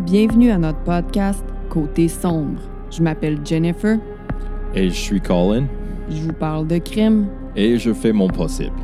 Bienvenue à notre podcast Côté sombre. Je m'appelle Jennifer, Et je suis Colin je vous parle de crimes, et je fais mon possible.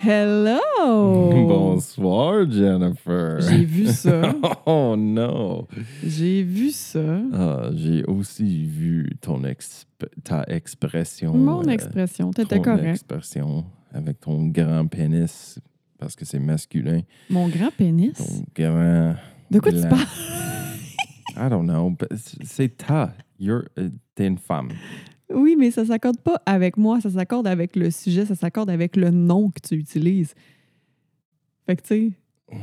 Hello! Oh. Bonsoir, Jennifer. J'ai vu ça. Oh non. J'ai vu ça. Ah, J'ai aussi vu ton exp- ta expression. Mon euh, expression, t'étais ton correct. expression avec ton grand pénis, parce que c'est masculin. Mon grand pénis. Ton grand. De quoi tu gland. parles? I don't know. but C'est ta. You're, euh, T'es une femme. Oui, mais ça s'accorde pas avec moi, ça s'accorde avec le sujet, ça s'accorde avec le nom que tu utilises. Fait que tu sais,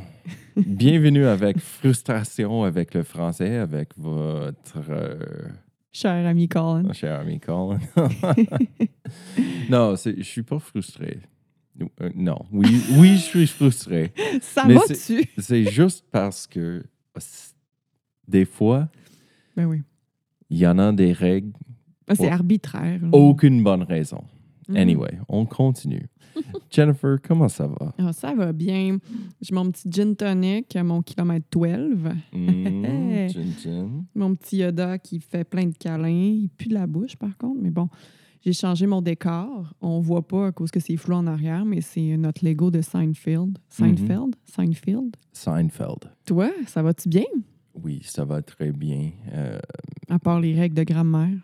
Bienvenue avec frustration avec le français, avec votre. euh, cher ami Colin. Mon cher ami Colin. non, c'est- je suis pas frustré. Euh, Non, oui, oui, je suis frustré. Ça Mais va-tu? C'est juste parce que s- des fois, Ben oui. il y en a des règles, Ben, c'est Oh. arbitraire. là. aucune bonne raison. Mhm. Anyway, on continue. Jennifer, comment ça va? Ah, ça va bien. J'ai mon petit gin tonic à mon kilomètre 12. Mm, Jin Jin. Mon petit Yoda qui fait plein de câlins. Il pue de la bouche, par contre, mais bon. J'ai changé mon décor. On voit pas à cause que c'est flou en arrière, mais c'est notre Lego de Seinfeld. Seinfeld? Seinfeld? Seinfeld. Toi, ça va-tu bien? Oui, ça va très bien. Euh, À part les règles de grammaire.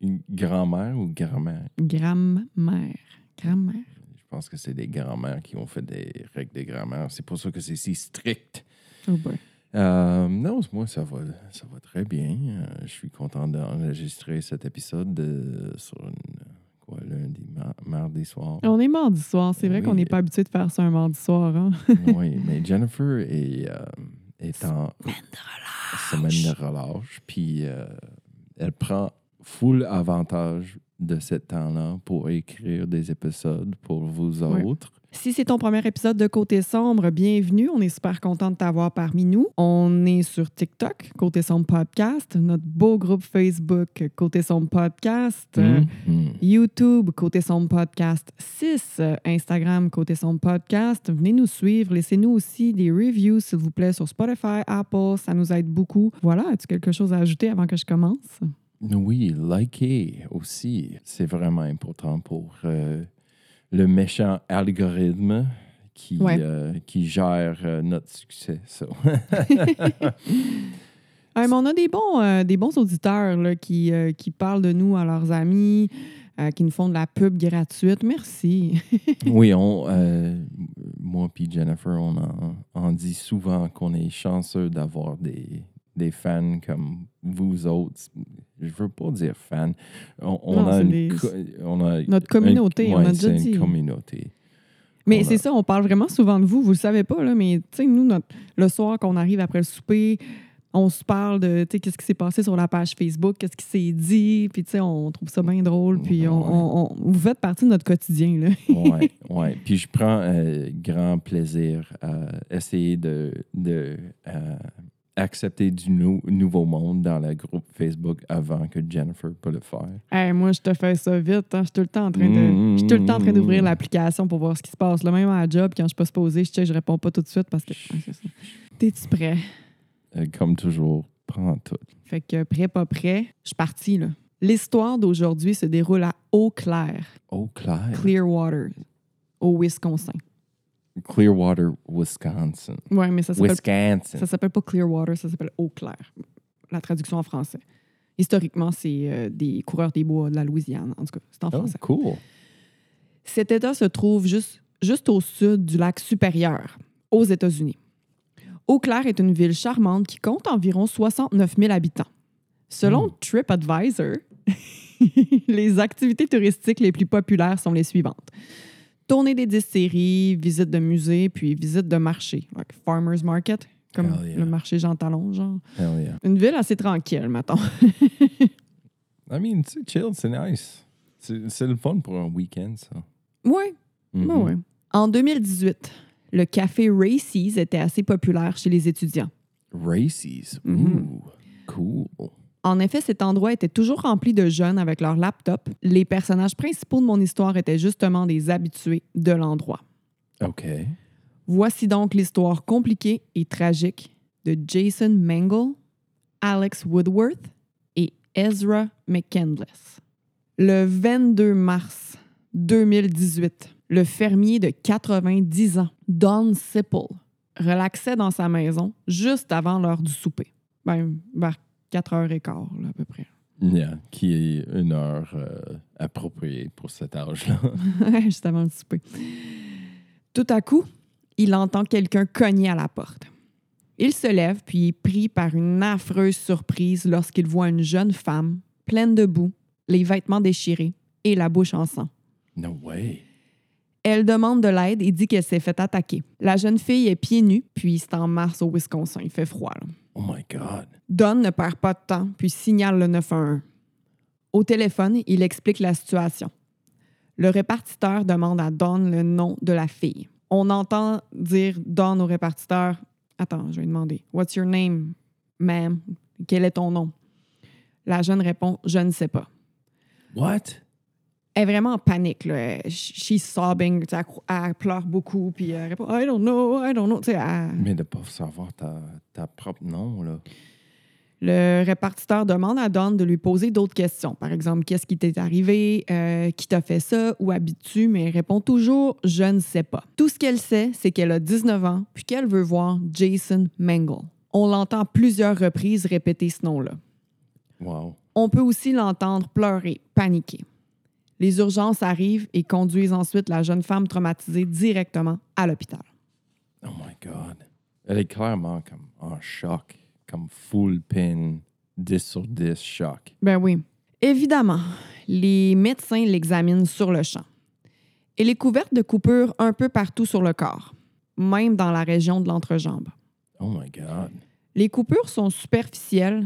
une grand-mère ou grand-mère? Grammaire. Grammaire. Je pense que c'est des grand-mères qui ont fait des règles de grand-mère. C'est pour ça que c'est si strict. Oh boy. Euh, non, moi, ça va, ça va très bien. Euh, je suis content d'enregistrer cet épisode euh, sur une- quoi, lundi, mar- mardi soir. On est mardi soir. C'est vrai Oui. qu'on n'est pas habitué de faire ça un mardi soir. Hein? oui, mais Jennifer est, euh, est en semaine de relâche. Puis euh, elle prend full avantage de ce temps-là pour écrire des épisodes pour vous Ouais. autres. Si c'est ton premier épisode de Côté Sombre, bienvenue. On est super content de t'avoir parmi nous. On est sur TikTok, Côté Sombre Podcast, notre beau groupe Facebook, Côté Sombre Podcast, euh, Mhm. YouTube, Côté Sombre Podcast 6, euh, Instagram, Côté Sombre Podcast. Venez nous suivre. Laissez-nous aussi des reviews, s'il vous plaît, sur Spotify, Apple. Ça nous aide beaucoup. Voilà, as-tu quelque chose à ajouter avant que je commence? Oui, liker aussi, c'est vraiment important pour euh, le méchant algorithme qui, Ouais. euh, qui gère euh, notre succès. so. Ah, mais on a des bons, euh, des bons auditeurs là, qui, euh, qui parlent de nous à leurs amis, euh, qui nous font de la pub gratuite. Merci. oui, on, euh, moi puis Jennifer, on en, on dit souvent qu'on est chanceux d'avoir des, des fans comme vous autres. Je veux pas dire fans. On, on Non, a, c'est une des- co- on a Notre communauté, on ouais, a déjà c'est une dit. communauté. Mais On a- c'est ça, on parle vraiment souvent de vous. Vous le savez pas, là, mais tu sais, nous, notre- le soir qu'on arrive après le souper, on se parle de tu sais, qu'est-ce qui s'est passé sur la page Facebook, qu'est-ce qui s'est dit, puis tu sais, on trouve ça bien drôle, puis on, on- on- vous faites partie de notre quotidien. Là. Oui, ouais. Puis je prends euh, grand plaisir à essayer de, de, euh, accepter du nou- nouveau monde dans le groupe Facebook avant que Jennifer peut le faire. Hey, moi, je te fais ça vite. hein. Je suis tout le temps en train de. Mm, je suis tout le temps en train d'ouvrir mm. l'application pour voir ce qui se passe. Le même à la job, quand je suis pas supposée, je, check, je réponds pas tout de suite parce que. Ah, c'est ça. T'es-tu prêt? Euh, comme toujours, prends tout. Fait que prêt, pas prêt, je suis partie, là. L'histoire d'aujourd'hui se déroule à Eau Claire, Eau Claire, Clearwater, au Wisconsin. Clearwater, Wisconsin. Ouais, mais ça s'appelle Wisconsin. Ça s'appelle pas Clearwater, ça s'appelle Eau Claire. La traduction en français. Historiquement, c'est euh, des coureurs des bois de la Louisiane. En tout cas, c'est en Oh, français. cool. Cet État se trouve juste, juste au sud du lac supérieur, aux États-Unis. Eau Claire est une ville charmante qui compte environ 69 000 habitants. Selon Hmm. TripAdvisor, les activités touristiques les plus populaires sont les suivantes. Tournée des distilleries, visite de musées, puis visite de marché. like farmer's Market, comme Hell yeah. le marché Jean Talon, genre. Hell yeah. Une ville assez tranquille, mettons. I mean, c'est chill, c'est nice. C'est c'est le fun pour un week-end, ça. Oui, Mhm. Ben ouais. En 2018, le café Racy's était assez populaire chez les étudiants. Mm-hmm. Races. Mhm. Ooh, cool. En effet, cet endroit était toujours rempli de jeunes avec leurs laptops. Les personnages principaux de mon histoire étaient justement des habitués de l'endroit. OK. Voici donc l'histoire compliquée et tragique de Jason Mangle, Alex Woodworth et Ezra McKendless. Le 22 mars 2018, le fermier de 90 ans, Don Sipple, relaxait dans sa maison juste avant l'heure du souper. Ben, vers 4h15, là, à peu près. Yeah, qui est une heure euh, appropriée pour cet âge-là. juste avant le souper. Tout à coup, il entend quelqu'un cogner à la porte. Il se lève puis est pris par une affreuse surprise lorsqu'il voit une jeune femme, pleine de boue, les vêtements déchirés et la bouche en sang. No way. Elle demande de l'aide et dit qu'elle s'est fait attaquer. La jeune fille est pieds nus, puis c'est en mars au Wisconsin, il fait froid. là. Oh my God. Don ne perd pas de temps, puis signale le 911. Au téléphone, il explique la situation. Le répartiteur demande à Don le nom de la fille. On entend dire Don au répartiteur Attends, je vais demander What's your name, ma'am Quel est ton nom La jeune répond Je ne sais pas. What? Elle est vraiment en panique. Là. Elle- She's sobbing. tu sais, Elle, cro- elle pleure beaucoup, puis elle répond I don't know, I don't know. Tu sais, elle- Mais de pas savoir ta, ta propre nom, là. Le répartiteur demande à Don de lui poser d'autres questions. Par exemple, qu'est-ce qui t'est arrivé, Euh, qui t'a fait ça, où habites-tu, mais elle répond toujours je ne sais pas. Tout ce qu'elle sait, c'est qu'elle a 19 ans puis qu'elle veut voir Jason Mangle. On l'entend plusieurs reprises répéter ce nom-là. Wow. On peut aussi l'entendre pleurer, paniquer. Les urgences arrivent et conduisent ensuite la jeune femme traumatisée directement à l'hôpital. Oh my God. Elle est clairement comme en choc, comme full pin, 10 sur 10 choc. Ben oui. Évidemment, les médecins l'examinent sur le champ. Elle est couverte de coupures un peu partout sur le corps, même dans la région de l'entrejambe. Oh my God. Les coupures sont superficielles,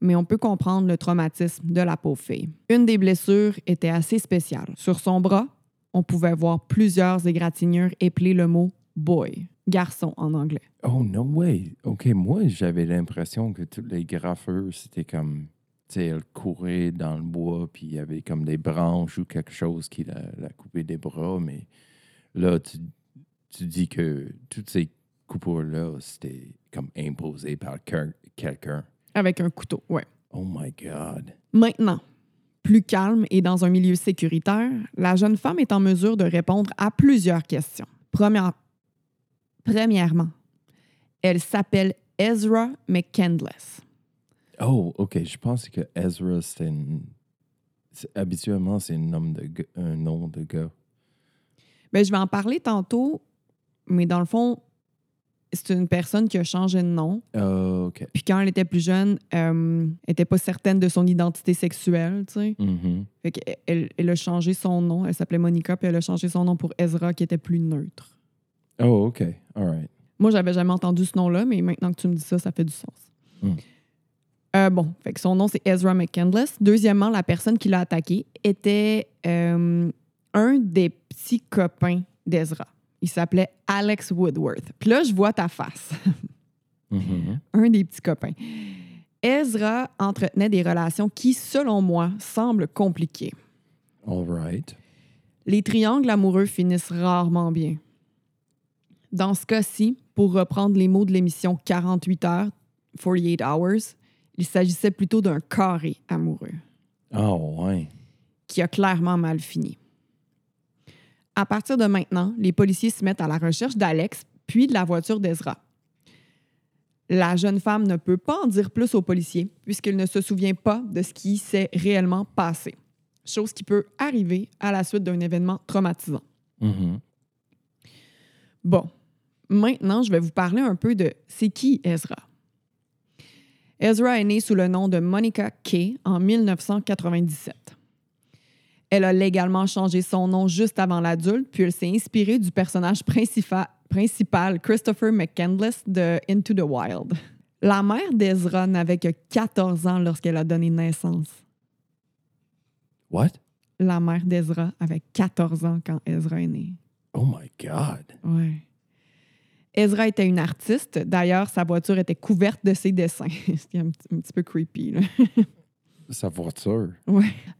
mais on peut comprendre le traumatisme de la pauvre fille. Une des blessures était assez spéciale. Sur son bras, on pouvait voir plusieurs égratignures épeler le mot boy, garçon en anglais. Oh no way. OK, moi, j'avais l'impression que tous les graffeurs, c'était comme, tu sais, elle courait dans le bois, puis il y avait comme des branches ou quelque chose qui la, la coupait des bras, mais là, tu, tu dis que toutes ces coupures-là, c'était comme imposé par quel- quelqu'un. Avec un couteau, ouais. Oh my God. Maintenant, plus calme et dans un milieu sécuritaire, la jeune femme est en mesure de répondre à plusieurs questions. Première- Premièrement, elle s'appelle Ezra McKendless. Oh, OK, je pense que Ezra, c'était une- c'est- Habituellement, c'est un, homme de g- un nom de gars. Ben, je vais en parler tantôt, mais dans le fond, c'est une personne qui a changé de nom. Ah, OK. Puis quand elle était plus jeune, euh, elle n'était pas certaine de son identité sexuelle. tu sais. Mhm. Fait qu'elle- elle, elle a changé son nom. Elle s'appelait Monica, puis elle a changé son nom pour Ezra, qui était plus neutre. Oh, OK. All right. Moi, j'avais jamais entendu ce nom-là, mais maintenant que tu me dis ça, ça fait du sens. Hmm. Euh, bon, fait que son nom, c'est Ezra McKendless. Deuxièmement, la personne qui l'a attaqué était euh, un des petits copains d'Ezra. Il s'appelait Alex Woodworth. Puis là, je vois ta face. Mhm. un des petits copains. Ezra entretenait des relations qui, selon moi, semblent compliquées. All right. Les triangles amoureux finissent rarement bien. Dans ce cas-ci, pour reprendre les mots de l'émission 48 heures, 48 hours, il s'agissait plutôt d'un carré amoureux Ah ouais. qui a clairement mal fini. À partir de maintenant, les policiers se mettent à la recherche d'Alex puis de la voiture d'Ezra. La jeune femme ne peut pas en dire plus aux policiers puisqu'elle ne se souvient pas de ce qui s'est réellement passé, chose qui peut arriver à la suite d'un événement traumatisant. Mhm. Bon, maintenant, je vais vous parler un peu de c'est qui Ezra. Ezra est née sous le nom de Monica Kay en 1997. Elle a légalement changé son nom juste avant l'adulte, puis elle s'est inspirée du personnage principa- principal, Christopher McCandless de Into the Wild. La mère d'Ezra n'avait que 14 ans lorsqu'elle a donné naissance. What? La mère d'Ezra avait 14 ans quand Ezra est née. Oh my God. Ouais. Ezra était une artiste. D'ailleurs, sa voiture était couverte de ses dessins. C'était un, petit- un petit peu creepy. là. sa voiture.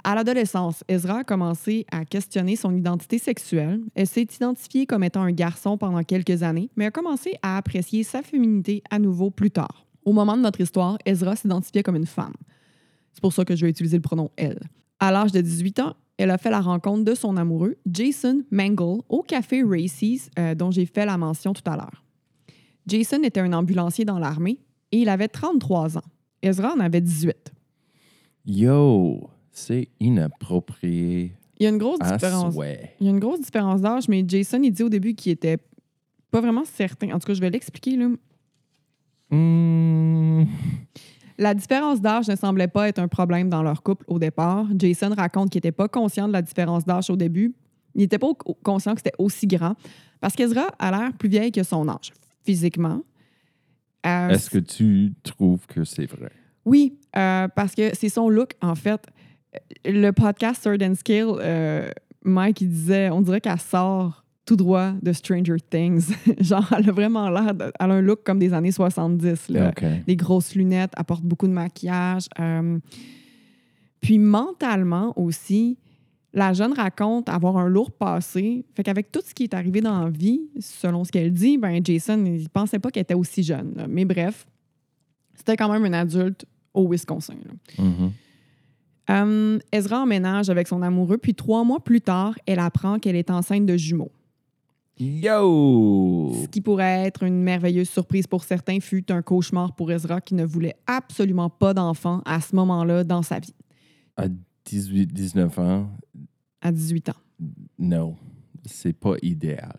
À l'adolescence, Ezra a commencé à questionner son identité sexuelle. Elle s'est identifiée comme étant un garçon pendant quelques années, mais a commencé à apprécier sa féminité à nouveau plus tard. Au moment de notre histoire, Ezra s'identifiait comme une femme. C'est pour ça que je vais utiliser le pronom elle. À l'âge de 18 ans, elle a fait la rencontre de son amoureux, Jason Mangle, au café Racy's, euh, dont j'ai fait la mention tout à l'heure. Jason était un ambulancier dans l'armée et il avait 33 ans. Ezra en avait 18. Yo, c'est inapproprié Il y a une grosse à différence. souhait. Il y a une grosse différence d'âge, mais Jason, il dit au début qu'il était pas vraiment certain. En tout cas, je vais l'expliquer. là. Hmm. La différence d'âge ne semblait pas être un problème dans leur couple au départ. Jason raconte qu'il n'était pas conscient de la différence d'âge au début. Il n'était pas au- conscient que c'était aussi grand parce qu'Ezra a l'air plus vieille que son âge, physiquement. Euh, Est-ce que tu trouves que c'est vrai? Oui, euh, parce que c'est son look, en fait. Le podcast Third and Scale, euh, Mike, il disait on dirait qu'elle sort tout droit de Stranger Things. Genre, elle a vraiment l'air. de- Elle a un look comme des années 70. Là. OK. Des grosses lunettes, elle porte beaucoup de maquillage. euh. Puis mentalement aussi, la jeune raconte avoir un lourd passé. Fait qu'avec tout ce qui est arrivé dans la vie, selon ce qu'elle dit, ben Jason, il pensait pas qu'elle était aussi jeune. là. Mais bref, c'était quand même un adulte au Wisconsin. là. Mhm. Euh, Ezra emménage avec son amoureux, puis trois mois plus tard, elle apprend qu'elle est enceinte de jumeaux. Yo! Ce qui pourrait être une merveilleuse surprise pour certains fut un cauchemar pour Ezra qui ne voulait absolument pas d'enfant à ce moment-là dans sa vie, À 18, 19 ans, à 18 ans. non, c'est pas idéal.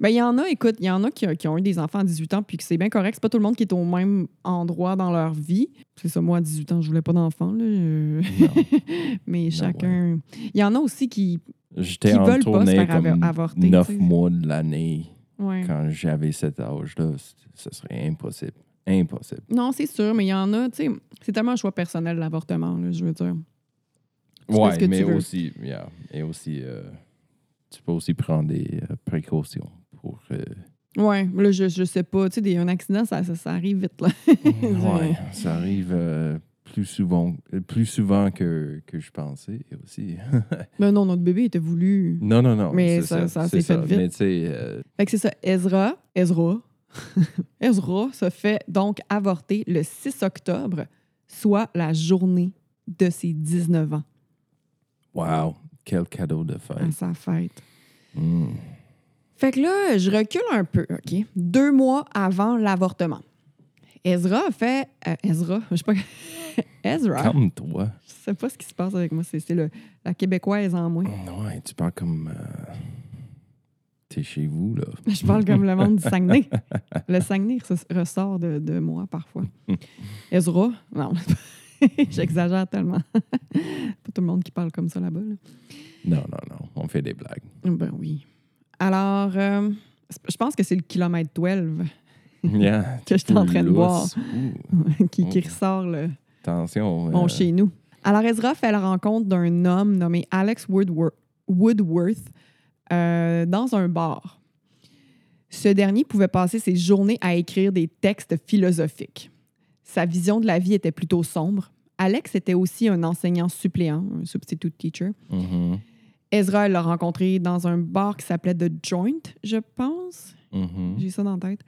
Ben, il y en a, écoute, il y en a qui, qui ont eu des enfants à 18 ans, puis que c'est bien correct. C'est pas tout le monde qui est au même endroit dans leur vie. C'est ça, moi, à 18 ans, je voulais pas d'enfants, là. euh, Non. Mais chacun. Il y en a aussi qui. J'étais Qui en veulent pas se tournée faire avo- comme avorter, neuf tu sais. mois de l'année ouais. quand j'avais cet âge-là. c- Ce serait impossible. Impossible. Non, c'est sûr, mais il y en a, tu sais, c'est tellement un choix personnel, l'avortement, là, je veux dire. Tu fais ce que Ouais, tu mais veux. aussi, yeah, et aussi euh, tu peux aussi prendre des euh, précautions pour. euh, Ouais, là, je, je sais pas. Tu sais, des- un accident, ça, ça, ça arrive vite, là. ouais, ça arrive euh, plus souvent, euh, plus souvent que, que je pensais aussi. Mais Ben non, notre bébé était voulu. Non, non, non. Mais c'est ça- ça c'est s'est fait vite. Mais tu sais, euh, Fait que c'est ça, Ezra, Ezra, Ezra se fait donc avorter le 6 octobre, soit la journée de ses 19 ans wow, quel cadeau de fête. à sa fête. Mm. Fait que là, je recule un peu, OK? Deux mois avant l'avortement. Ezra a fait... euh, Ezra, je sais pas... Ezra, Calme-toi. je sais pas ce qui se passe avec moi, c'est c'est le- la québécoise en moi. Ouais, tu parles comme. euh, T'es chez vous, là. Je parle comme le monde du Saguenay. Le Saguenay res- ressort de, de moi parfois. Ezra, non, j'exagère tellement. Pas tout le monde qui parle comme ça là-bas. là. Non, non, non. On fait des blagues. Ben oui. Alors, euh, je pense que c'est le kilomètre 12 Yeah, Que j'étais en train de boire. lousse. Ouh, qui, qui ressort le, attention. bon, euh, chez nous. Alors, Ezra fait la rencontre d'un homme nommé Alex Woodworth, Woodworth, euh, dans un bar. Ce dernier pouvait passer ses journées à écrire des textes philosophiques. Sa vision de la vie était plutôt sombre. Alex était aussi un enseignant suppléant, un substitute teacher. mhm, Ezra elle l'a rencontré dans un bar qui s'appelait The Joint, je pense. mhm. J'ai ça dans la tête.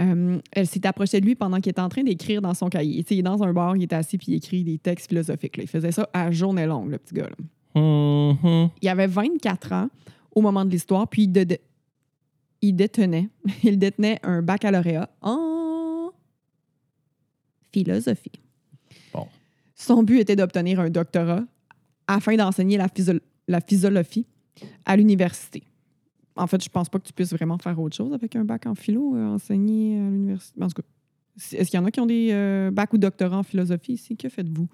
Euh, elle s'est approchée de lui pendant qu'il était en train d'écrire dans son cahier. Tu sais, il est dans un bar, il est assis puis il écrit des textes philosophiques. là. Il faisait ça à journée longue, le petit gars. là. Mhm. Il avait 24 ans au moment de l'histoire, puis il, dé- il détenait, il détenait un baccalauréat en philosophie. Bon. Son but était d'obtenir un doctorat afin d'enseigner la, physio- la philosophie à l'université. En fait, je pense pas que tu puisses vraiment faire autre chose avec un bac en philo, euh, enseigner à l'université. En tout cas, si- est-ce qu'il y en a qui ont des euh, bacs ou doctorats en philosophie ici? Que faites-vous?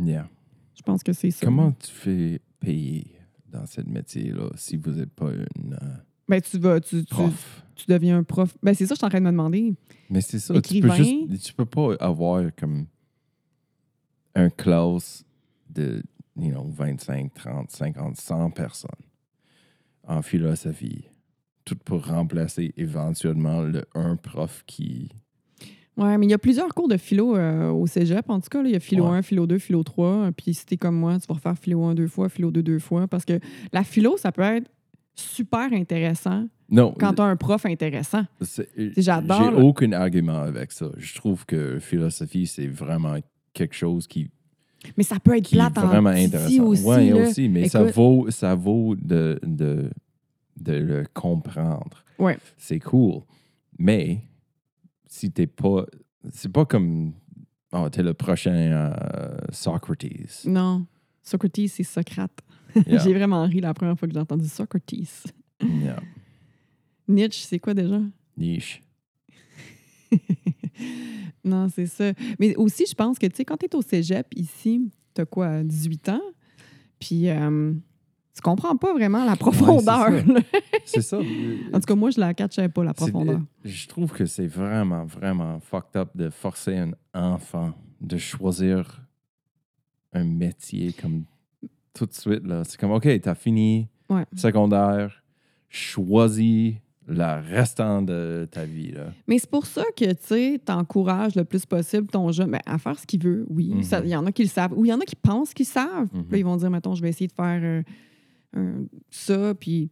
Yeah. Je pense que c'est ça. Comment tu fais payer dans ce métier-là si vous n'êtes pas une euh, Ben, tu vas, tu, tu- prof? tu deviens un prof. Ben, c'est ça que je suis en train de me demander. Mais c'est ça, tu peux Écrivain. juste. Tu peux pas avoir comme un classe de you know, 25, 30, 50, 100 personnes en philosophie, tout pour remplacer éventuellement le un prof qui Ouais, mais il y a plusieurs cours de philo euh, au cégep. En tout cas, là, il y a philo Ouais. 1, philo 2, philo 3. Puis si t'es comme moi, tu vas refaire philo 1 deux fois, philo 2 deux fois. Parce que la philo, ça peut être super intéressant Non, quand t'as un prof intéressant. c'est- j'adore, J'ai là. aucun argument avec ça. Je trouve que philosophie, c'est vraiment quelque chose qui, Mais ça peut être qui est plate en vraiment titi intéressant. aussi. Ouais, là. aussi, mais ça Écoute. vaut, ça vaut de, de, de le comprendre. Ouais. C'est cool. Mais si t'es pas. C'est pas comme. Oh, t'es le prochain euh, Socrates. Non. Socrates, c'est Socrate. Yeah, j'ai vraiment ri la première fois que j'ai entendu Socrates. yeah. Nietzsche, c'est quoi déjà? Niche. non, c'est ça. Mais aussi, je pense que, tu sais, quand tu es au cégep ici, tu as quoi, 18 ans? Puis euh, tu comprends pas vraiment la profondeur. Ouais, là. C'est ça. euh, en tout cas, moi, je la catchais pas, la C'est- profondeur. Je trouve que c'est vraiment, vraiment fucked up de forcer un enfant de choisir un métier comme tout de suite. là. C'est comme, OK, t'as fini Ouais. secondaire, choisis le restant de ta vie. Là. Mais c'est pour ça que, tu sais, t'encourages le plus possible ton jeune ben, à faire ce qu'il veut, oui. Mhm. Ça- Il y en a qui le savent. Ou il y en a qui pensent qu'ils savent. Mhm. Puis là, ils vont dire, mettons, je vais essayer de faire euh, euh, ça, puis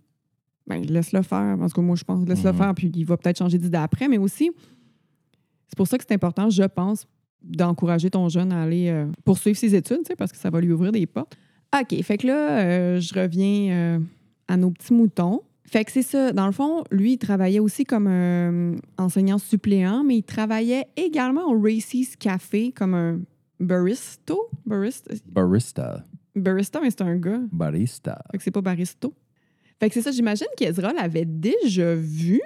ben, laisse-le faire. Parce que moi, je pense, laisse-le Mhm. faire, puis il va peut-être changer d'idée après. Mais aussi, c'est pour ça que c'est important, je pense, d'encourager ton jeune à aller euh, poursuivre ses études, tu sais, parce que ça va lui ouvrir des portes. OK, fait que là, euh, je reviens euh, à nos petits moutons. Fait que c'est ça. Dans le fond, lui, il travaillait aussi comme euh, enseignant suppléant, mais il travaillait également au Racy's Café comme un baristo. Barista, Barista. barista mais c'est un gars. Barista. Fait que c'est pas baristo. Fait que c'est ça. J'imagine qu'Ezra l'avait déjà vu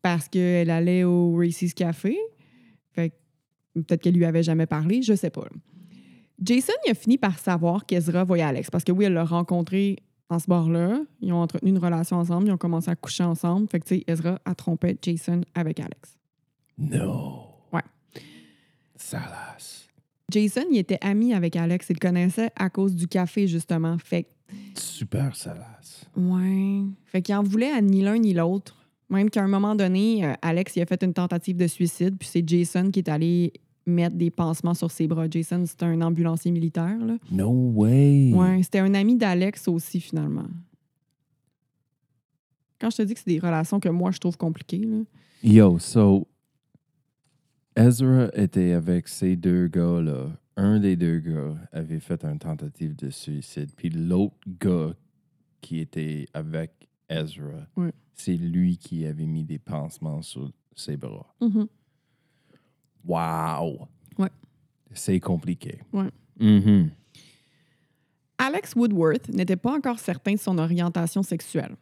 parce qu'elle allait au Racy's Café. Fait que peut-être qu'elle lui avait jamais parlé. Je sais pas. Jason, il a fini par savoir qu'Ezra voyait Alex parce que oui, elle l'a rencontré en ce bar-là. Ils ont entretenu une relation ensemble. Ils ont commencé à coucher ensemble. Fait que, tu sais, Ezra a trompé Jason avec Alex. Non. Ouais. Salas. Jason, il était ami avec Alex. Il le connaissait à cause du café, justement. Fait que Super salas. Ouais. Fait qu'il en voulait à ni l'un ni l'autre. Même qu'à un moment donné, euh, Alex, il a fait une tentative de suicide, puis c'est Jason qui est allé mettre des pansements sur ses bras. Jason, c'était un ambulancier militaire, là. No way. Ouais, c'était un ami d'Alex aussi, finalement. Quand je te dis que c'est des relations que moi, je trouve compliquées, là. Yo, so Ezra était avec ces deux gars-là. Un des deux gars avait fait une tentative de suicide. Puis l'autre gars qui était avec Ezra, Ouais. c'est lui qui avait mis des pansements sur ses bras. Wow! Ouais. C'est compliqué. Ouais. Mhm. Alex Woodworth n'était pas encore certain de son orientation sexuelle.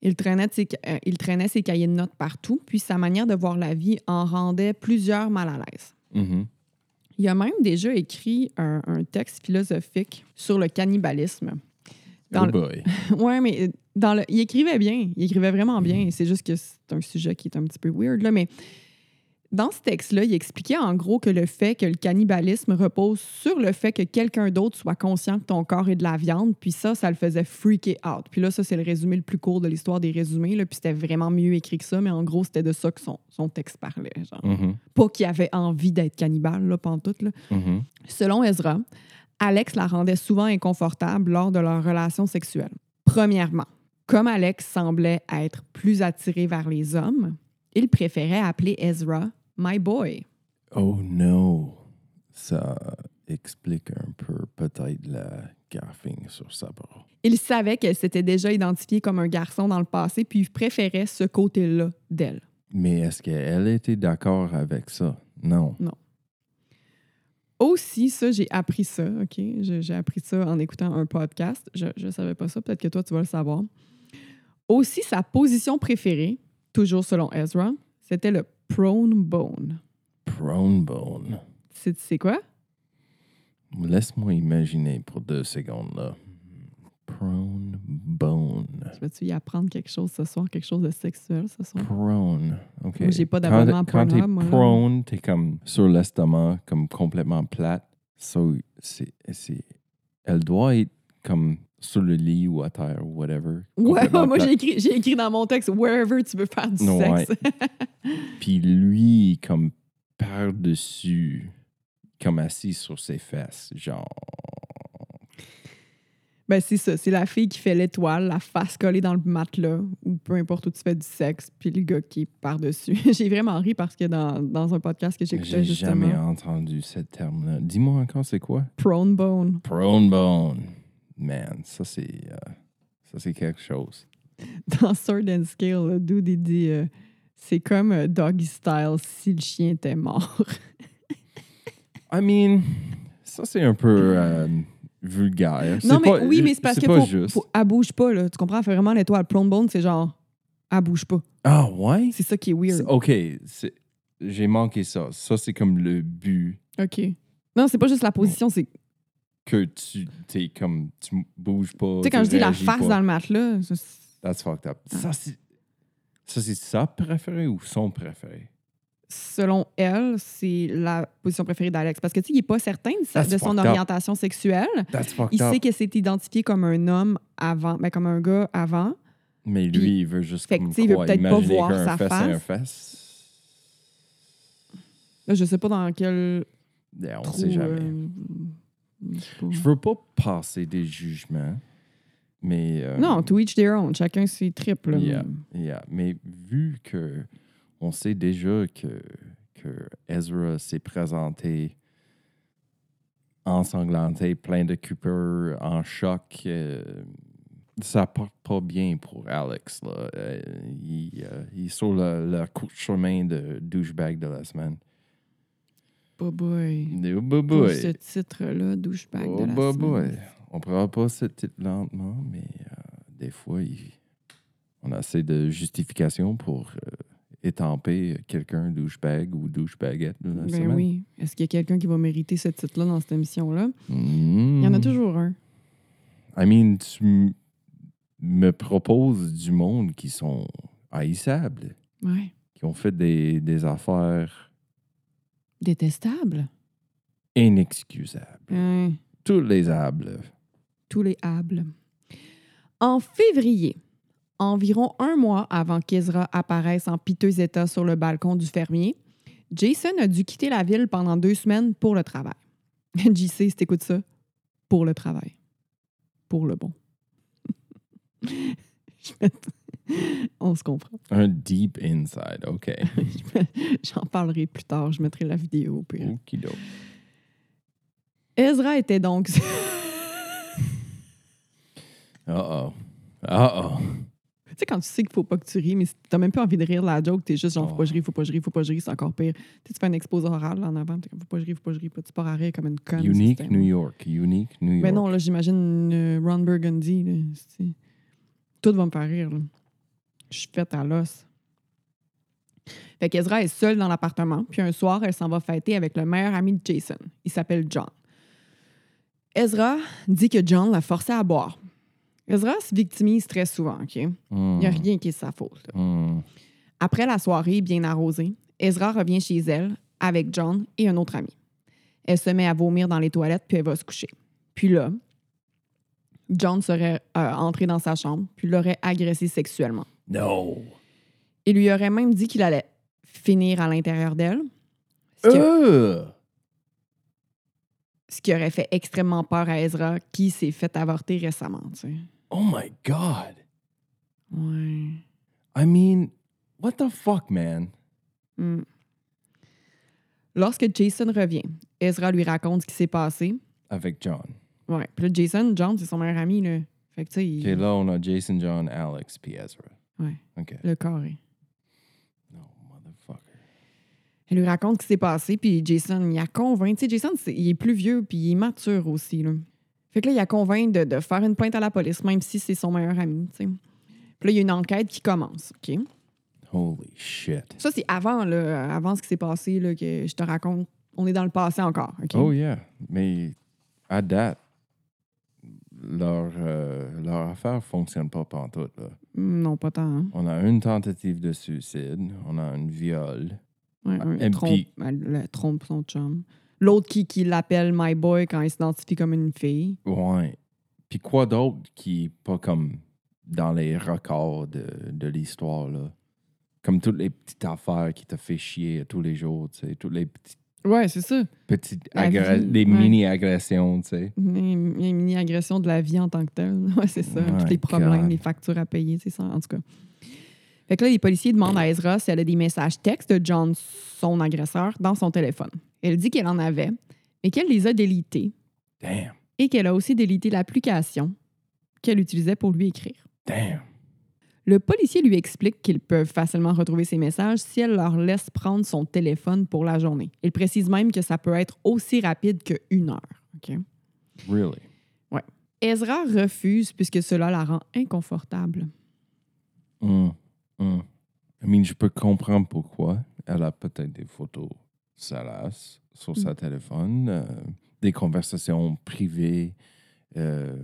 Il traînait, ses, euh, il traînait ses cahiers de notes partout, puis sa manière de voir la vie en rendait plusieurs mal à l'aise. Mhm. Il a même déjà écrit un, un texte philosophique sur le cannibalisme. Dans Oh le- boy. Mm-hmm. Ouais, mais euh, dans le, il écrivait bien, il écrivait vraiment bien. C'est juste que c'est un sujet qui est un petit peu weird là, mais dans ce texte-là, il expliquait en gros que le fait que le cannibalisme repose sur le fait que quelqu'un d'autre soit conscient que ton corps est de la viande, puis ça, ça le faisait freaker out. Puis là, ça, c'est le résumé le plus court de l'histoire des résumés, là, puis c'était vraiment mieux écrit que ça, mais en gros, c'était de ça que son, son texte parlait. Genre. Mhm. Pas qu'il avait envie d'être cannibale, là, pantoute, là. Mhm. Selon Ezra, Alex la rendait souvent inconfortable lors de leur relation sexuelle. Premièrement, comme Alex semblait être plus attiré vers les hommes, il préférait appeler Ezra My Boy. Oh no. Ça explique un peu peut-être la gaffing sur sa bras. Il savait qu'elle s'était déjà identifiée comme un garçon dans le passé, puis il préférait ce côté-là d'elle. Mais est-ce qu'elle était d'accord avec ça? Non. Aussi, ça, j'ai appris ça, OK? J'ai j'ai appris ça en écoutant un podcast. Je ne savais pas ça, peut-être que toi, tu vas le savoir. Aussi, sa position préférée, toujours selon Ezra, c'était le prone bone. Prone bone. C'est c'est quoi? Laisse-moi imaginer pour deux secondes là. Prone bone. Je Vas-tu y apprendre quelque chose ce soir, quelque chose de sexuel ce soir? Prone. OK. Moi, j'ai pas Quand- d'abonnement à Quand t'es Pornhub, moi, là. prone, t'es comme sur l'estomac, comme complètement plate. So, c'est, c'est- elle doit être comme sur le lit ou à terre ou whatever. Ouais, complètement moi, plate. j'ai écrit, j'ai écrit dans mon texte « Wherever tu veux faire du Ouais. sexe Puis lui, comme par-dessus, comme assise sur ses fesses, genre. Ben, c'est ça. C'est la fille qui fait l'étoile, la face collée dans le matelas, ou peu importe où tu fais du sexe, puis le gars qui est par-dessus. J'ai vraiment ri parce que dans, dans un podcast que j'écoutais J'ai justement, jamais entendu ce terme-là. Dis-moi encore, c'est quoi? Prone Bone. Prone bone. Man, ça c'est euh, ça c'est quelque chose. Dans Sword and Scale, le dude, il dit euh, c'est comme euh, Doggy Style si le chien était mort. I mean, ça c'est un peu euh, vulgaire. Non, mais pas- oui, mais c'est parce que pas faut- juste. faut- elle bouge pas, là. Tu comprends? Elle fait vraiment l'étoile. Prone Bone, c'est genre, elle bouge pas. Ah ouais. C'est ça qui est C'est- weird. Ok, c'est- j'ai manqué ça. Ça c'est comme le but OK. Non, c'est pas juste la position, c'est. Tu que tu t'es comme tu bouges pas. sais, quand je dis la face dans Dans... le Ah. matelas, c'est- That's fucked up. Ça c'est ça c'est sa préférée ou son préféré. selon elle, c'est la position préférée d'Alex. Parce que, tu sais, il n'est pas certain de, sa- That's de son Ah, fucked up. orientation sexuelle. That's fucked Il up. sait qu'elle s'est identifiée comme un homme avant, ben, comme un gars avant. Mais lui, Puis- il veut juste Fait que, comme tu sais, il veut quoi, peut-être pas imaginer voir qu'un sa fesse, c'est un face. fesse. Là, je sais pas dans quel Yeah, on trou. sait jamais. euh, je sais pas. Je veux pas passer des jugements, mais... euh, Non, to each their own. Chacun ses tripes. là. Yeah. yeah, Mais vu que on sait déjà que, que Ezra s'est présenté ensanglanté, plein de coupeurs, en choc, euh, ça porte pas bien pour Alex. Là. Euh, il, euh, il est sur le, le court chemin de douchebag de la semaine. Bah boy. Oh, boy, Pour boy. ce titre-là, douchebag Oh, de la bah, semaine. boy. On prend pas ce titre lentement, mais euh, des fois, il- on a assez de justification pour euh, étamper quelqu'un douchebag ou douchebaguette de la Ben semaine. oui. Est-ce qu'il y a quelqu'un qui va mériter ce titre-là dans cette émission-là? Mm. Il y en a toujours un. I mean, tu m- me proposes du monde qui sont haïssables, Ouais. qui ont fait des, des affaires Détestable. inexcusables. Ouais. Tous les hables. tous les hables. En février, environ un mois avant qu'Ezra apparaisse en piteux état sur le balcon du fermier, Jason a dû quitter la ville pendant deux semaines pour le travail. JC, si t'écoutes ça, pour le travail. Pour le bon. Je mets- On se comprend. Un deep inside, OK. Je mets- J'en parlerai plus tard, je mettrai la vidéo. au pire. Okidoki. Ezra était donc Uh-oh. Uh-oh. Tu sais, quand tu sais qu'il faut pas que tu ris, mais t'as même pas envie de rire de la joke, t'es juste genre, faut Oh. pas que je ris, faut pas que je ris, faut pas que je ris, c'est encore pire. Tu sais, tu fais un exposé oral en avant, t'es comme, faut pas que je ris, faut pas que je ris, puis tu pars à rire comme une conne. Unique c'est- New York. Unique New York. Mais non, là, j'imagine une Ron Burgundy. là, c'est- Tout va me faire rire. là. Je suis faite à l'os. Fait qu'Ezra est seule dans l'appartement, puis un soir, elle s'en va fêter avec le meilleur ami de Jason. Il s'appelle John. Ezra dit que John l'a forcé à boire. Ezra se victimise très souvent, OK? Il Mm. n'y a rien qui est de sa faute. là. Mm. Après la soirée bien arrosée, Ezra revient chez elle avec John et un autre ami. Elle se met à vomir dans les toilettes puis elle va se coucher. Puis là, John serait euh, entré dans sa chambre puis l'aurait agressé sexuellement. No. Il lui aurait même dit qu'il allait finir à l'intérieur d'elle, ce, Euh. qui- Ugh. ce qui aurait fait extrêmement peur à Ezra qui s'est fait avorter récemment. tu sais. Oh my God. Ouais. I mean, what the fuck, man? Mm. Lorsque Jason revient, Ezra lui raconte ce qui s'est passé Avec John. Ouais. Puis là, Jason, John, c'est son meilleur ami, là. Fait que, tu sais, il- Okay, là, on a Jason, John, Alex, puis Ezra. Ouais. OK. le hein. carré. No, motherfucker. Elle lui raconte ce qui s'est passé, puis Jason, il a convainc. Tu sais, Jason, c'est- il est plus vieux, puis il est mature aussi, là. Fait que là, il a convainc de, de faire une plainte à la police, même si c'est son meilleur ami, tu sais. Puis là, il y a une enquête qui commence, OK? Holy shit. Ça, c'est avant, là, avant ce qui s'est passé, là, que je te raconte. On est dans le passé encore, OK? Oh yeah. Mais à date, leur, euh, leur affaire fonctionne pas pantoute, là. Mm, Non, pas tant. hein. On a une tentative de suicide. On a une viol. Ouais, un Et trompe, puis- elle, le trompe son chum. L'autre qui, qui l'appelle My Boy quand il s'identifie comme une fille. Ouais. Puis quoi d'autre qui est pas comme dans les records de, de l'histoire, là? Comme toutes les petites affaires qui te fait chier tous les jours, tu sais, toutes les petites, Ouais, c'est ça. petites La vie, aggra- ouais. les mini-agressions, tu sais. Les, les mini-agressions de la vie en tant que telle. Ouais, c'est ça. Oh My Tous les problèmes, God. les factures à payer, c'est ça, en tout cas. Fait que là, les policiers demandent à Ezra si elle a des messages textes de John, son agresseur, dans son téléphone. Elle dit qu'elle en avait, mais qu'elle les a délités Damn, et qu'elle a aussi délité l'application qu'elle utilisait pour lui écrire. damn. Le policier lui explique qu'ils peuvent facilement retrouver ses messages si elle leur laisse prendre son téléphone pour la journée. Il précise même que ça peut être aussi rapide qu'une heure. OK? Really? Ezra refuse puisque cela la rend inconfortable. Hum, hum. I mean, je peux comprendre pourquoi. Elle a peut-être des photos salaces Mm. sur sa téléphone, euh, des conversations privées, euh,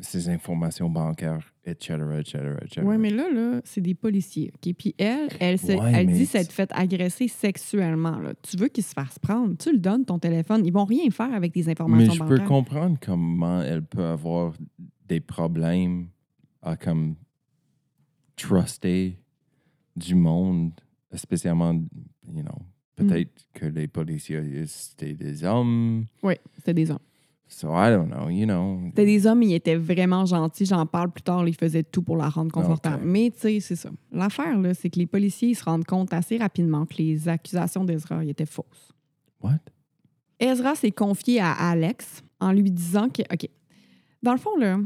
ses informations bancaires, etc., etc., etc. Oui, mais là, là c'est des policiers. OK? Puis elle, elle, se- Ouais, elle mais dit c'est- s'être fait agresser sexuellement. là. Tu veux qu'ils se fassent prendre, tu le donnes ton téléphone. Ils vont rien faire avec des informations Mais je peux bancaires. comprendre comment elle peut avoir des problèmes à comme truster du monde, spécialement, you know, Mm. peut-être que les policiers, c'était des hommes. oui, c'était des hommes. So I don't know, you know. C'était des hommes, ils étaient vraiment gentils. J'en parle plus tard, ils faisaient tout pour la rendre confortable. Ah, Ok. Mais tu sais, c'est ça. L'affaire, là, c'est que les policiers ils se rendent compte assez rapidement que les accusations d'Ezra ils étaient fausses. What? Ezra s'est confié à Alex en lui disant que, OK, dans le fond, là,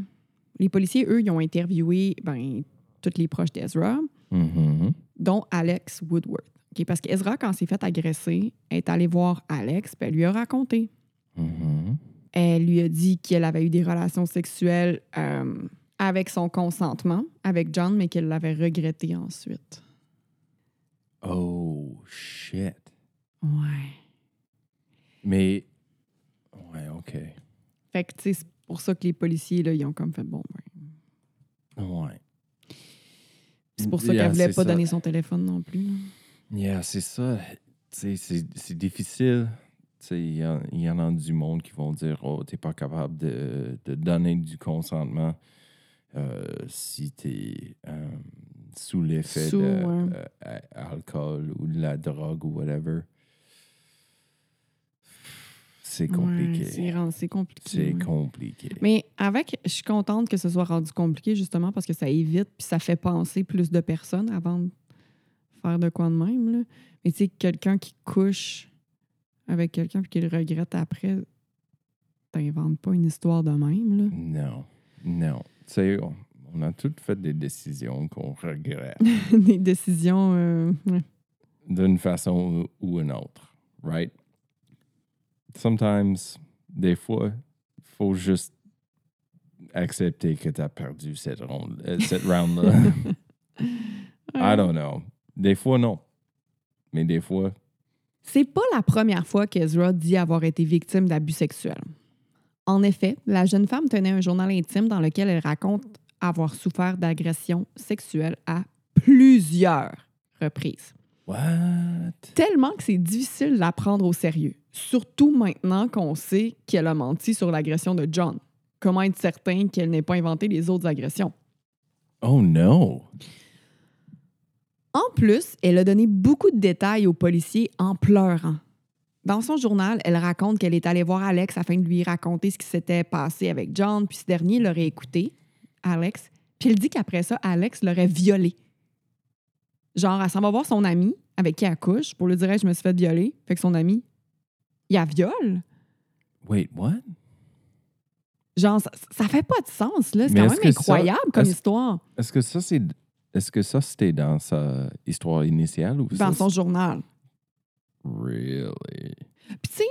les policiers, eux, ils ont interviewé ben, tous les proches d'Ezra, Mhm. dont Alex Woodward. OK, parce qu'Ezra, quand s'est fait agresser, elle est allée voir Alex, puis elle lui a raconté. Mhm. Elle lui a dit qu'elle avait eu des relations sexuelles euh, avec son consentement, avec John, mais qu'elle l'avait regretté ensuite. Oh, shit. Ouais. Mais, ouais, OK. Fait que, tu sais, c'est pour ça que les policiers, là, ils ont comme fait bon. ben, Ouais. C'est pour ça Yeah, qu'elle voulait c'est pas ça. donner son téléphone non plus. là. Yeah, c'est ça. Tu sais, C'est c'est difficile. Tu sais, Il y, en- il y en a du monde qui vont dire Oh, t'es pas capable de, de donner du consentement euh, si t'es euh, sous l'effet Sous, de ouais. euh, a- alcool ou de la drogue ou whatever. C'est Ouais, compliqué. c'est rend- c'est compliqué. c'est ouais. compliqué. Mais avec, je suis contente que ce soit rendu compliqué justement parce que ça évite puis ça fait penser plus de personnes avant de faire de quoi de même. là. Mais tu sais, quelqu'un qui couche avec quelqu'un puis qui le regrette après, t'inventes pas une histoire de même. Là. Non, non. Tu sais, on, on a toutes fait des décisions qu'on regrette Des décisions. euh, ouais. d'une façon ou une autre, right? Sometimes, des fois, faut juste accepter que t'as perdu cette ronde, euh, cette round-là. I don't know. Des fois, non. Mais des fois, C'est pas la première fois qu'Ezra dit avoir été victime d'abus sexuels. En effet, la jeune femme tenait un journal intime dans lequel elle raconte avoir souffert d'agressions sexuelles à plusieurs reprises. what? Tellement que c'est difficile de la prendre au sérieux, surtout maintenant qu'on sait qu'elle a menti sur l'agression de John. Comment être certain qu'elle n'ait pas inventé les autres agressions? Oh no. En plus, elle a donné beaucoup de détails aux policiers en pleurant. Dans son journal, elle raconte qu'elle est allée voir Alex afin de lui raconter ce qui s'était passé avec John, puis ce dernier l'aurait écouté, Alex, puis elle dit qu'après ça, Alex l'aurait violée. Genre, elle s'en va voir son ami avec qui elle couche pour lui dire Hey, Je me suis fait violer. Fait que son ami, il la viole. Wait, what? Genre, ça, ça fait pas de sens, là. C'est Mais quand même est-ce que ça- incroyable comme est-ce- histoire Est-ce que ça, c'est. Est-ce que ça, c'était dans sa histoire initiale ou dans ça, son journal. Really? Puis tu sais,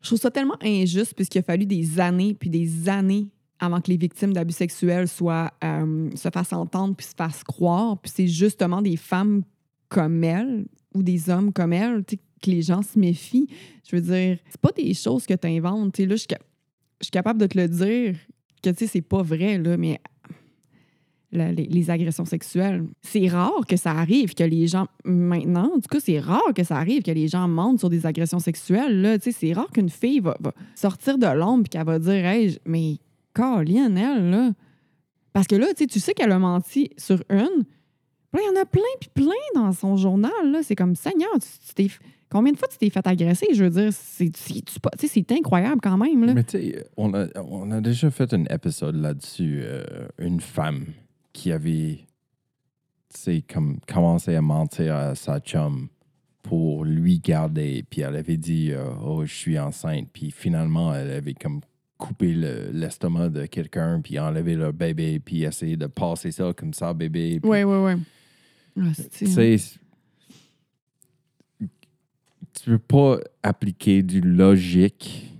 je trouve ça tellement injuste puisqu'il a fallu des années puis des années avant que les victimes d'abus sexuels soient, euh, se fassent entendre puis se fassent croire. Puis c'est justement des femmes comme elle ou des hommes comme elle tu sais, que les gens se méfient. Je veux dire, c'est pas des choses que tu inventes. Tu sais, là, je suis cap- je suis capable de te le dire que tu sais, c'est pas vrai, là, mais la- les, les agressions sexuelles. C'est rare que ça arrive, que les gens. Maintenant, en tout cas, c'est rare que ça arrive, que les gens mentent sur des agressions sexuelles. Là. Tu sais, C'est rare qu'une fille va, va sortir de l'ombre et qu'elle va dire Hey, je- mais Colin, elle, là. Parce que là, tu sais, tu sais qu'elle a menti sur une, Puis là, il y en a plein, puis plein dans son journal. là. C'est comme, Seigneur, tu- tu t'es f- combien de fois tu t'es fait agresser? Je veux dire, c'est c'est-tu pas- tu sais, c'est incroyable quand même. Là. Mais tu sais, on a, on a déjà fait un épisode là-dessus. euh, une femme qui avait, tu sais, comme commencé à mentir à sa chum pour lui garder. Puis elle avait dit, euh, oh, je suis enceinte. Puis finalement, elle avait comme coupé le- l'estomac de quelqu'un, puis enlevé le bébé, puis essayé de passer ça comme ça, bébé. Puis Oui, oui, oui. Ah, tu sais, c'est- tu peux pas appliquer du logique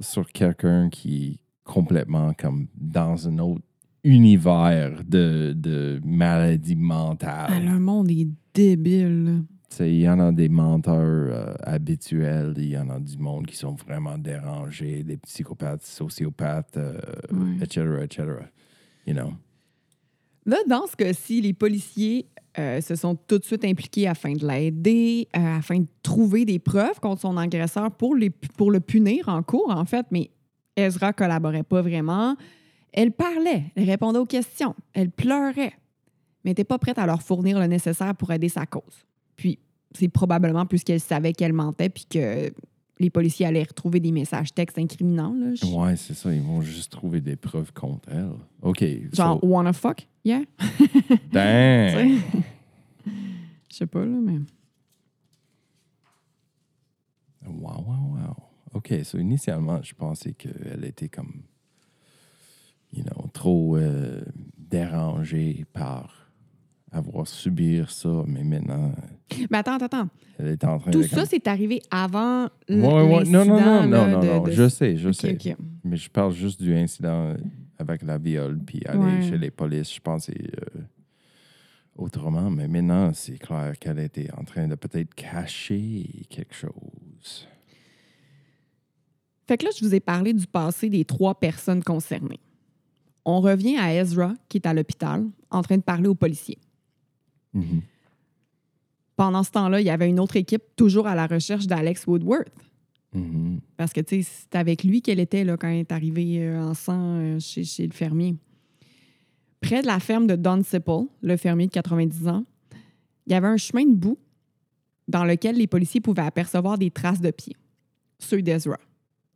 sur quelqu'un qui est complètement comme dans un autre univers de, de maladie mentale. Ah, le monde est débile. là. Tu sais, Il y en a des menteurs euh, habituels, il y en a du monde qui sont vraiment dérangés, des psychopathes, sociopathes, euh, Ouais. etc., etc. You know? Là, dans ce cas-ci, les policiers euh, se sont tout de suite impliqués afin de l'aider, euh, afin de trouver des preuves contre son agresseur pour, les, pour le punir en cours, en fait. Mais Ezra collaborait pas vraiment. Elle parlait, elle répondait aux questions, elle pleurait, mais n'était pas prête à leur fournir le nécessaire pour aider sa cause. Puis, c'est probablement puisqu'elle savait qu'elle mentait, puis que les policiers allaient retrouver des messages textes incriminants. Là, Je- Ouais, c'est ça, ils vont juste trouver des preuves contre elle. OK. Genre, so- wanna fuck? Yeah? Tu Damn! sais? Je sais pas, là, mais. Wow, wow, wow. OK, so initialement, je pensais qu'elle était comme, you know, trop euh, dérangée par avoir subir ça, mais maintenant, Mais attends, attends, attends. elle est en train Tout de... ça, c'est arrivé avant Ben, ouais, l- ouais. Non, non, l'incident, non, non, là, non, de- non, de- je sais, je Ok, sais. ok. Mais je parle juste du incident avec la viol, puis aller Ouais. chez les polices, je pensais euh, autrement, mais maintenant, c'est clair qu'elle était en train de peut-être cacher quelque chose. Fait que là, je vous ai parlé du passé des trois personnes concernées. On revient à Ezra, qui est à l'hôpital, en train de parler aux policiers. Mhm. Pendant ce temps-là, il y avait une autre équipe toujours à la recherche d'Alex Woodworth. Mhm. Parce que, tu sais, c'est avec lui qu'elle était là, quand elle est arrivée euh, en sang euh, chez, chez le fermier. Près de la ferme de Don Sipple, le fermier de 90 ans, il y avait un chemin de boue dans lequel les policiers pouvaient apercevoir des traces de pieds, ceux d'Ezra.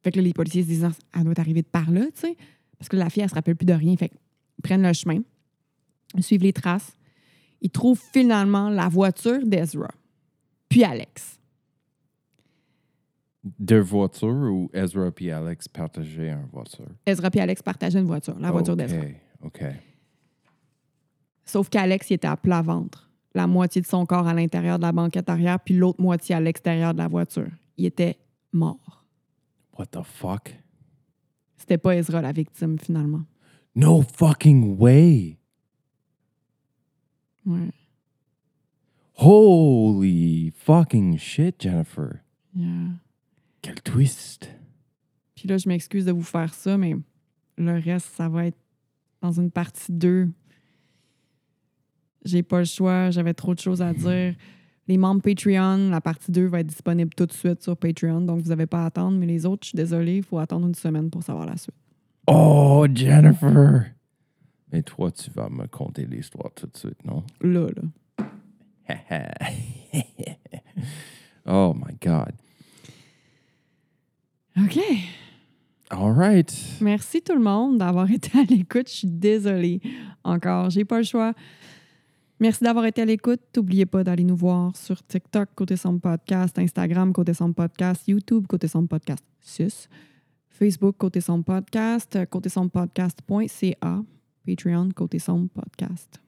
Fait que là, les policiers se disent « Elle doit arriver de par là, tu sais. » Parce que la fille, elle se rappelle plus de rien. Fait qu'ils prennent le chemin, ils suivent les traces. Ils trouvent finalement la voiture d'Ezra, puis Alex. Deux voitures ou Ezra et Alex partageaient une voiture? Ezra puis Alex partageaient une voiture, la voiture Ah, OK, d'Ezra. OK. Sauf qu'Alex, il était à plat ventre. La moitié de son corps à l'intérieur de la banquette arrière, puis l'autre moitié à l'extérieur de la voiture. Il était mort. What the fuck? C'était pas Ezra la victime, finalement. No fucking way! Ouais. Holy fucking shit, Jennifer. yeah. Quel twist! Puis là, je m'excuse de vous faire ça, mais le reste, ça va être dans une partie 2. J'ai pas le choix, j'avais trop de choses à dire. Les membres Patreon, la partie 2 va être disponible tout de suite sur Patreon, donc vous n'avez pas à attendre. Mais les autres, je suis désolée, il faut attendre une semaine pour savoir la suite. Oh, Jennifer! Mais toi, tu vas me conter l'histoire tout de suite, non? Là, là. oh my god. OK. All right. Merci tout le monde d'avoir été à l'écoute. Je suis désolée. Encore, j'ai pas le choix. Merci d'avoir été à l'écoute. N'oubliez pas d'aller nous voir sur TikTok, Côté Somme Podcast, Instagram, Côté Somme Podcast, YouTube, Côté Somme Podcast 6, Facebook, Côté Somme Podcast, euh, Côté Somme Podcast.ca, Patreon, Côté Somme Podcast.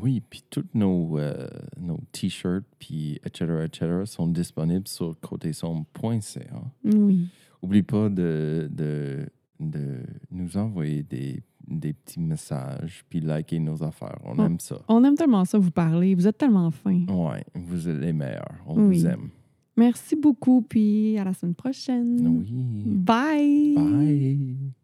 Oui, puis tous nos, euh, nos t-shirts, puis etc., etc., sont disponibles sur côté-sombre.ca. Oui. Oublie pas de, de, de nous envoyer des, des petits messages, puis liker nos affaires. On Oh. aime ça. On aime tellement ça vous parler. Vous êtes tellement fins. Ouais, vous êtes les meilleurs. On Oui. vous aime. Merci beaucoup, puis à la semaine prochaine. Oui. Bye. Bye.